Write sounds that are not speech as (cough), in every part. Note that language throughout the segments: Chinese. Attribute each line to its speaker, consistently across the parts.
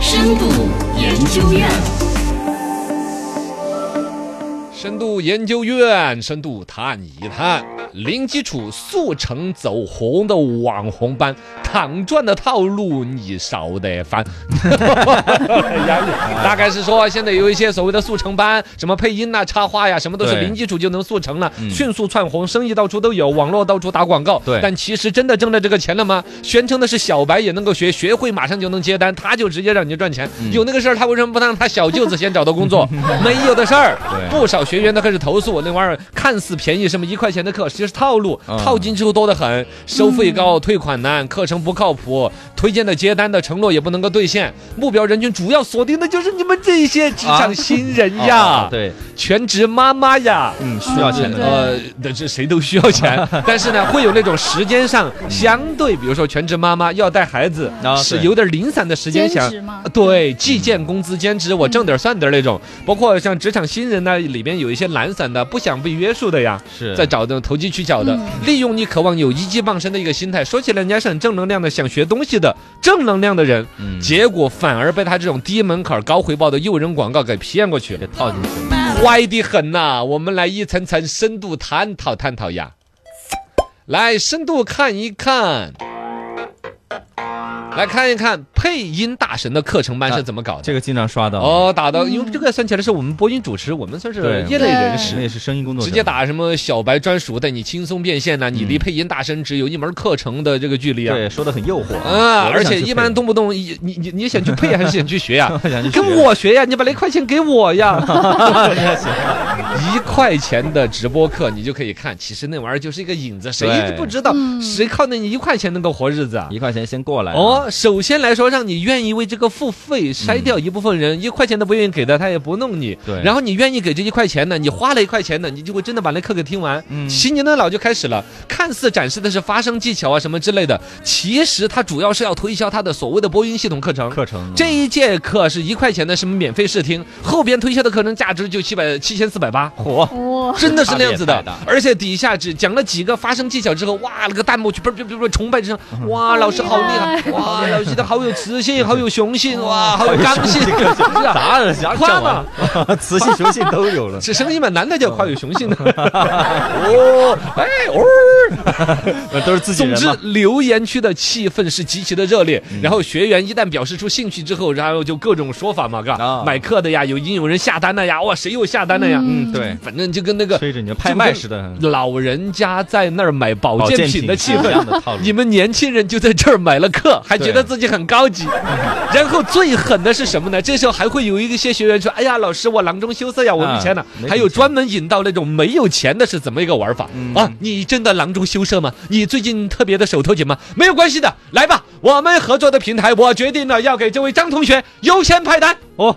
Speaker 1: 深度研究院。
Speaker 2: 深度研究院，深度探一探，零基础速成走红的网红班，躺赚的套路你少得翻。 (laughs) 大概是说，现在有一些所谓的速成班，什么配音呐、插画呀，什么都是
Speaker 3: 对
Speaker 2: 零基础就能速成了，
Speaker 3: 嗯
Speaker 2: 迅速窜红，生意到处都有，网络到处打广告。
Speaker 3: 对
Speaker 2: 但其实真的挣了这个钱了吗？宣称的是小白也能够学，学会马上就能接单，他就直接让你赚钱。
Speaker 3: 嗯
Speaker 2: 有那个事儿，他为什么不让他小舅子先找到
Speaker 3: (laughs)
Speaker 2: 工作？没有的事儿，
Speaker 3: 对
Speaker 2: 不少学员都开始投诉，那玩意儿看似便宜，什么一块钱的课，其实是套路，
Speaker 3: 嗯
Speaker 2: 套进之后多得很，收费高，退款难，课程不靠谱，推荐的接单的承诺也不能够兑现，目标人群主要锁定的就是你们这些职场新
Speaker 3: (laughs)
Speaker 2: 人呀，
Speaker 3: 啊对，
Speaker 2: 全职妈妈呀。
Speaker 3: 嗯，需要钱
Speaker 1: 对
Speaker 3: 的，
Speaker 2: 呃，那这谁都需要
Speaker 3: (laughs)
Speaker 2: 钱，但是呢，会有那种时间上相对，比如说全职妈妈要带孩子，
Speaker 3: 啊
Speaker 2: 是
Speaker 3: 对
Speaker 2: 有点零散的时间
Speaker 1: 兼
Speaker 2: 想
Speaker 1: 职吗？
Speaker 2: 对，计件工资兼职，我挣点儿算点儿那种。包括像职场新人呢，里边有一些懒散的，不想被约束的呀，
Speaker 3: 是
Speaker 2: 在找那种投机取巧的，
Speaker 1: 嗯
Speaker 2: 利用你渴望有一技傍身的一个心态。说起来，人家是很正能量的，想学东西的正能量的人，
Speaker 3: 嗯
Speaker 2: 结果反而被他这种低门槛儿高回报的诱人广告给骗过去了
Speaker 3: 给，套进去了。
Speaker 2: 歪的很呐、我们来一层层深度探讨探讨呀，来深度看一看。来看一看配音大神的课程班是怎么搞的。
Speaker 3: 啊这个经常刷到，
Speaker 2: 哦，打到，因为
Speaker 1: 嗯
Speaker 2: 这个算起来是我们播音主持，我们算是
Speaker 3: 对
Speaker 2: 业内人
Speaker 3: 我
Speaker 2: 士
Speaker 3: 们。也是声音工作者，
Speaker 2: 直接打什么小白专属，带你轻松变现呐、你离
Speaker 3: 嗯
Speaker 2: 配音大神只有一门课程的这个距离啊！
Speaker 3: 对，说的很诱惑
Speaker 2: 啊，而且一般
Speaker 3: (laughs) 都
Speaker 2: 动不动一你你你想去配还是想去学呀、
Speaker 3: (laughs)
Speaker 2: 跟
Speaker 3: 跟
Speaker 2: 我学呀，你把那块钱给我呀，一块钱的直播课你就可以看，其实那玩意儿就是一个影子，谁
Speaker 3: 对哎
Speaker 2: 不知道
Speaker 1: 嗯
Speaker 2: 谁靠那一块钱能够活日子啊？
Speaker 3: 一块钱先过来
Speaker 2: 哦，首先来说，让你愿意为这个付费，筛掉一部分人，一块钱都不愿意给的，他也不弄你。
Speaker 3: 嗯对
Speaker 2: 然后你愿意给这一块钱呢，你花了一块钱呢，你就会真的把那课给听完。
Speaker 3: 嗯
Speaker 2: 洗你的脑就开始了，看似展示的是发声技巧啊什么之类的，其实它主要是要推销它的所谓的播音系统课程。
Speaker 3: 课程
Speaker 2: 这一节课是一块钱的什么免费试听，后边推销的课程价值就七百七千四百八。
Speaker 3: 火
Speaker 2: (laughs)
Speaker 1: 哇，
Speaker 2: 真的是那样子
Speaker 3: 差别太
Speaker 2: 的
Speaker 3: 大，
Speaker 2: 而且底下只讲了几个发声技巧之后，哇，那个弹幕就嘣嘣嘣嘣崇拜之声，哇，老师好厉害，哇，老师的好有磁性，好有雄性，哇，好有刚性，是啊，
Speaker 3: 啥人啥
Speaker 2: 夸
Speaker 3: 叫
Speaker 2: 嘛，
Speaker 3: 嘛， (laughs) 磁性雄性都有了
Speaker 2: 这声音嘛，男的叫夸有雄 (laughs) 性的，哦，哎，哦，
Speaker 3: 都是自己
Speaker 2: (laughs) 总
Speaker 3: 人嗯
Speaker 2: 之
Speaker 3: 嘛，
Speaker 2: 留言区的气氛是极其的热烈，然后学员一旦表示出兴趣之后，然后就各种说法嘛，嘎
Speaker 3: 啊，
Speaker 2: 买课的呀，有已经有人下单了呀，哇，谁又下单了呀？
Speaker 1: 嗯
Speaker 3: 嗯，对，
Speaker 2: 反正就跟那个
Speaker 3: 吹着你的拍卖似的，
Speaker 2: 老人家在那儿买保
Speaker 3: 保
Speaker 2: 健
Speaker 3: 健
Speaker 2: 品
Speaker 3: 品
Speaker 2: 的
Speaker 3: (laughs)
Speaker 2: 气
Speaker 3: 一
Speaker 2: 氛
Speaker 3: 样的套路
Speaker 2: 你们年轻人就在这儿买了课，还觉得
Speaker 3: 对
Speaker 2: 自己很
Speaker 3: (laughs)
Speaker 2: 高级。然后最狠的是什么呢？这时候还会有一些学员说：“哎呀，老师，我囊中羞涩呀，我没钱呢。
Speaker 3: 啊没
Speaker 2: 还有专门引到那种没有钱的是怎么一个玩法、
Speaker 3: 嗯
Speaker 2: 啊？你真的囊中羞涩吗？你最近特别的手头紧吗？没有关系的，来吧，我们合作的平台，我决定了要给这位张同学优先派单。
Speaker 3: (laughs) 哦，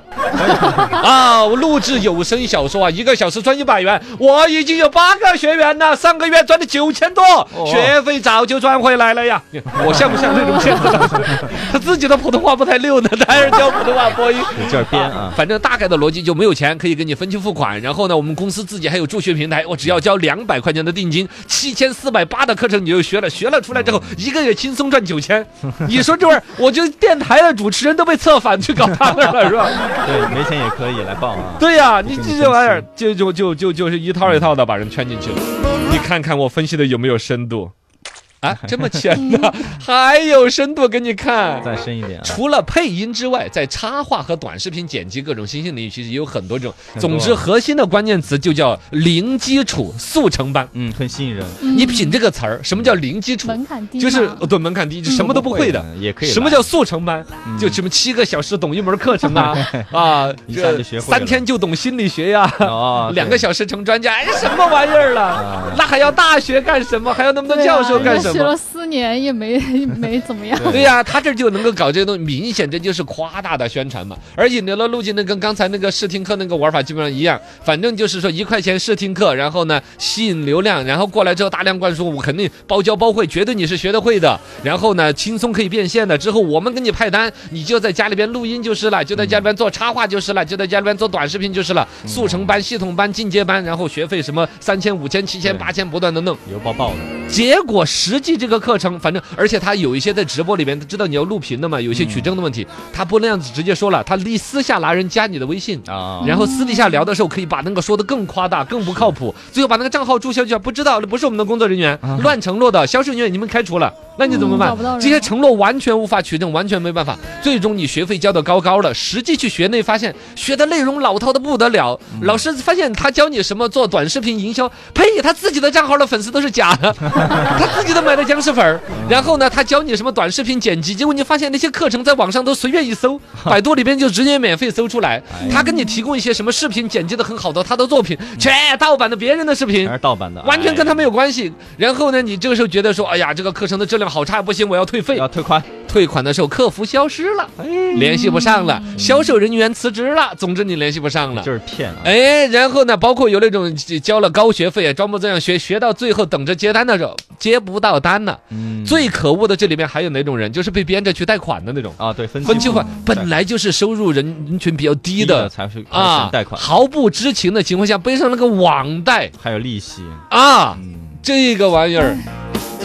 Speaker 2: 啊，我录制有声小说啊，一个小时赚一百元，我已经有八个学员了，上个月赚了九千多，
Speaker 3: 哦
Speaker 2: 学费早就赚回来了 (laughs) 呀。我像不像那种骗子老师？他自己的普通话不太溜呢，他还是教普通话播音。
Speaker 3: 有劲儿编啊，
Speaker 2: 反正大概的逻辑就没有钱可以给你分期付款，然后呢，我们公司自己还有助学平台，我只要交两百块钱的定金，七千四百八的课程你就学了，学了出来之 (laughs) 后一个月轻松赚九千，你说这玩意儿，我就电台的主持人都被策反去搞他那儿了是吧？
Speaker 3: 对，没钱也可以来报啊，
Speaker 2: 对呀、你
Speaker 3: 给你
Speaker 2: 这这玩意儿
Speaker 3: 分
Speaker 2: 就就就就就是一套一套的把人圈进去了。
Speaker 3: 嗯
Speaker 2: 你看看我分析的有没有深度？
Speaker 3: (laughs)
Speaker 2: 啊，这么浅的，
Speaker 1: 嗯
Speaker 2: 还有深度给你看。
Speaker 3: 再深一点啊，
Speaker 2: 除了配音之外，在插画和短视频剪辑各种新兴领域，其实也有很多种。
Speaker 3: 很多
Speaker 2: 总之，核心的关键词就叫零基础速成班。
Speaker 3: 嗯，很吸引人，
Speaker 1: 嗯
Speaker 2: 你品这个词儿，什么叫零基础？
Speaker 1: 门槛低嘛，
Speaker 2: 就是哦对门槛低，什么都不会的。
Speaker 3: 嗯，也可以来，
Speaker 2: 什么叫速成班？
Speaker 3: 嗯
Speaker 2: 就什么七个小时懂一门课程
Speaker 3: (laughs)
Speaker 2: 啊啊，
Speaker 3: 一下
Speaker 2: 这
Speaker 3: 就学会了
Speaker 2: 三天就懂心理学呀。
Speaker 1: 啊
Speaker 3: 哦，
Speaker 2: 两个小时成专家，哎，什么玩意儿了
Speaker 3: 啊？
Speaker 2: 那还要大学干什么？还要那么多
Speaker 1: 对啊
Speaker 2: 教授干什
Speaker 1: 人家学
Speaker 2: 么？
Speaker 1: 了四年也没没怎么样，
Speaker 3: 对
Speaker 2: 对呀、他这就能够搞这些东西，明显这就是夸大的宣传嘛。而引流的路径呢，跟刚才那个试听课那个玩法基本上一样，反正就是说一块钱试听课，然后呢吸引流量，然后过来之后大量灌输，我肯定包教包会，绝对你是学得会的。然后呢，轻松可以变现的，之后我们给你派单，你就在家里边录音就是了，就在家里边做插画就是了，就在家里边做短视频就是了，速成班、系统班、进阶班，然后学费什么三千、五千、七千、
Speaker 3: 对
Speaker 2: 八千不断的弄。
Speaker 3: 对油爆爆的，
Speaker 2: 结果实际这个课程，反正而且他有一些在直播里面，他知道你要录屏的嘛，有一些取证的问题，
Speaker 1: 嗯
Speaker 2: 他不能样子直接说了，他立私下拿人加你的微
Speaker 1: 嗯
Speaker 2: 信。
Speaker 3: 啊，
Speaker 2: 然后私底下聊的时候，可以把那个说的更夸大、更不靠谱，最后把那个账号注销掉，不知道那不是我们的工作人员，
Speaker 3: 啊
Speaker 2: 乱承诺的，销售人员你们开除了，那你怎么
Speaker 1: 嗯
Speaker 2: 办
Speaker 1: 找不到？人
Speaker 2: 这些
Speaker 1: 了
Speaker 2: 承诺完全无法取证，完全没办法。最终你学费交的高高的，实际去学内发现学的内容老套的不得了，
Speaker 1: 嗯
Speaker 2: 老师发现他教你什么做短视频营销，呸，他自己的账号的粉丝都是假的，他自己都买的僵尸粉儿。然后呢，他教你什么短视频剪辑，结果你发现那些课程在网上都随便一搜，百度里边就直接免费搜出来
Speaker 3: 哎。呀
Speaker 2: 他给你提供一些什么视频剪辑的很好的他的作品，全盗版的别人的视频
Speaker 3: 全。是盗版的，哎
Speaker 2: 完全跟他
Speaker 3: 们
Speaker 2: 没有关系。然后呢，你这个时候觉得说，哎呀，这个课程的质量好差，不行，我要退费。
Speaker 3: 要哎退款，
Speaker 2: 退款的时候，客服消失了，联系不上了，销售人员辞职了，总之你联系不上了。
Speaker 3: 就是骗啊，
Speaker 2: 哎，然后呢，包括有那种交了高学费，啊装模作样学，学到最后等着接单的时候接不到单了。
Speaker 3: 嗯
Speaker 2: 最可恶的这里面还有哪种人，就是被编着去贷款的那种，
Speaker 3: 啊对分
Speaker 2: 分期款本
Speaker 3: 对
Speaker 2: 来就是收入人人群比较低
Speaker 3: 低
Speaker 2: 的
Speaker 3: 的才是啊
Speaker 2: 啊
Speaker 3: 贷，款，
Speaker 2: 毫不知情的情况下背上那个网贷
Speaker 3: 还有利息，
Speaker 2: 啊，
Speaker 3: 嗯，
Speaker 2: 这个玩意儿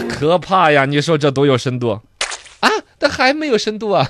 Speaker 2: 可怕呀！你说这多有深度啊？啊，这还没有深度啊！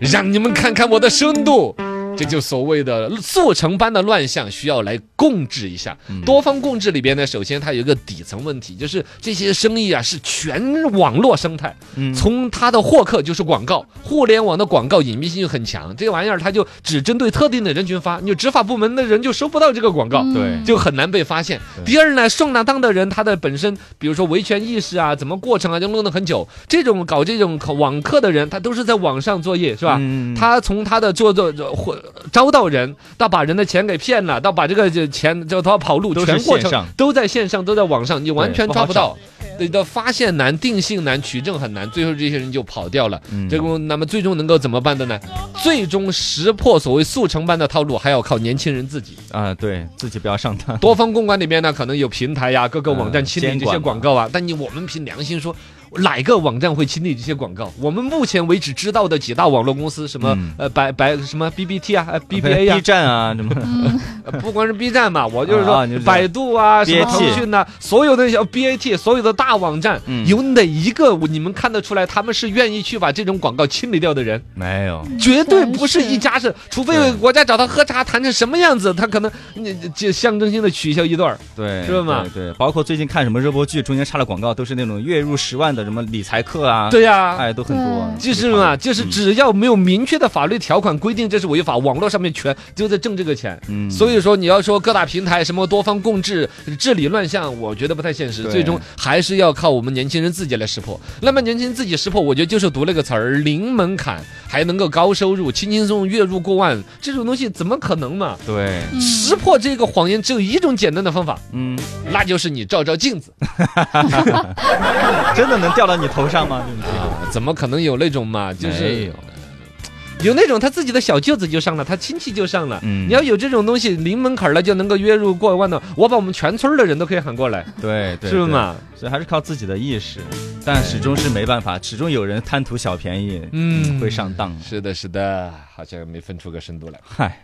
Speaker 2: 让你们看看我的深度。这就所谓的速成般的乱象，需要来共治一下。多方共治里边呢，首先它有一个底层问题，就是这些生意啊是全网络生态，
Speaker 3: 嗯
Speaker 2: 从它的获客就是广告，互联网的广告隐蔽性就很强，这个玩意儿它就只针对特定的人群发，你就执法部门的人就收不到这个广告。
Speaker 3: 对
Speaker 2: 就很难被发现。
Speaker 3: 对
Speaker 2: 第二呢，上了当的人，他的本身，比如说维权意识啊，怎么过程啊，就弄得很久。这种搞这种网课的人，他都是在网上作业，是吧？
Speaker 3: 嗯
Speaker 2: 他从他的做做做或招到人，到把人的钱给骗了，到把这个这钱就他跑路，
Speaker 3: 都是
Speaker 2: 全过
Speaker 3: 线
Speaker 2: 程
Speaker 3: 上
Speaker 2: 都在线上，都在网上，你完
Speaker 3: 对
Speaker 2: 全
Speaker 3: 不
Speaker 2: 抓
Speaker 3: 好
Speaker 2: 不到。对的，发现难，定性难，取证很难，最后这些人就跑掉了。
Speaker 3: 嗯
Speaker 2: 这个那么最终能够怎么办的呢？最终识破所谓速成班的套路，还要靠年轻人自己。
Speaker 3: 啊对自己不要上
Speaker 2: (laughs)
Speaker 3: 当，
Speaker 2: 多方公关里面呢，可能有平台呀、各个网站
Speaker 3: 嗯
Speaker 2: 清理这些
Speaker 3: 监管嘛
Speaker 2: 广告啊。但你我们凭良心说，哪个网站会清理这些广告？我们目前为止知道的几大网络公司，什么、
Speaker 3: 嗯
Speaker 2: 呃白白什么 BBT
Speaker 3: (laughs)
Speaker 2: 啊、呃 BBA 呀
Speaker 3: B、站啊什么，
Speaker 1: 嗯
Speaker 2: 呃不光是 B 站
Speaker 3: (laughs)
Speaker 2: 嘛，我就是
Speaker 3: 啊
Speaker 2: 说
Speaker 3: 你就知道
Speaker 2: 百度啊、什么
Speaker 3: BAT
Speaker 2: 腾讯呐、所有的哦小 BAT，所有的大网站，
Speaker 3: 嗯
Speaker 2: 有哪一个你们看得出来他们是愿意去把这种广告清理掉的人？
Speaker 3: 没有，
Speaker 2: 绝对不是
Speaker 1: 全是
Speaker 2: 一家是，除非
Speaker 3: 对
Speaker 2: 国家找他喝茶谈成什么样子，他可能你就象征性的取消一段儿。
Speaker 3: 对，
Speaker 2: 是吗
Speaker 3: 对对，包括最近看什么热播剧，中间插了广告，都是那种月入十万的什么理财课啊，，
Speaker 2: 对呀、
Speaker 3: 哎，都很多，
Speaker 2: 就是嘛，
Speaker 3: 嗯
Speaker 2: 就是只要没有明确的法律条款规定这是违法，网络上面全就在挣这个钱。
Speaker 3: 嗯，
Speaker 2: 所
Speaker 3: 以
Speaker 2: 以说，你要说各大平台什么多方共治、治理乱象，我觉得不太现实，
Speaker 3: 对
Speaker 2: 最终还是要靠我们年轻人自己来识破。那么年轻人自己识破，我觉得就是读那个词儿，零门槛，还能够高收入，轻轻松松月入过万，这种东西怎么可能嘛？
Speaker 3: 对，
Speaker 2: 识破这个谎言只有一种简单的方法，
Speaker 3: 嗯，
Speaker 2: 那就是你照照镜子。
Speaker 3: 真的能掉到你头上吗？这种东西
Speaker 2: 啊，怎么可能有那种嘛？就是
Speaker 3: 没有
Speaker 2: 有那种他自己的小舅子就上了，他亲戚就上了。
Speaker 3: 嗯
Speaker 2: 你要有这种东西，零门槛了就能够月入过万的，我把我们全村的人都可以喊过来，
Speaker 3: 对对，
Speaker 2: 是
Speaker 3: 对？
Speaker 2: 吗？
Speaker 3: 所以还是靠自己的意识，但始终是没办法，始终有人贪图小便宜，
Speaker 2: 嗯
Speaker 3: 会上当，
Speaker 2: 是的，是的，好像没分出个深度来。
Speaker 3: 嗨。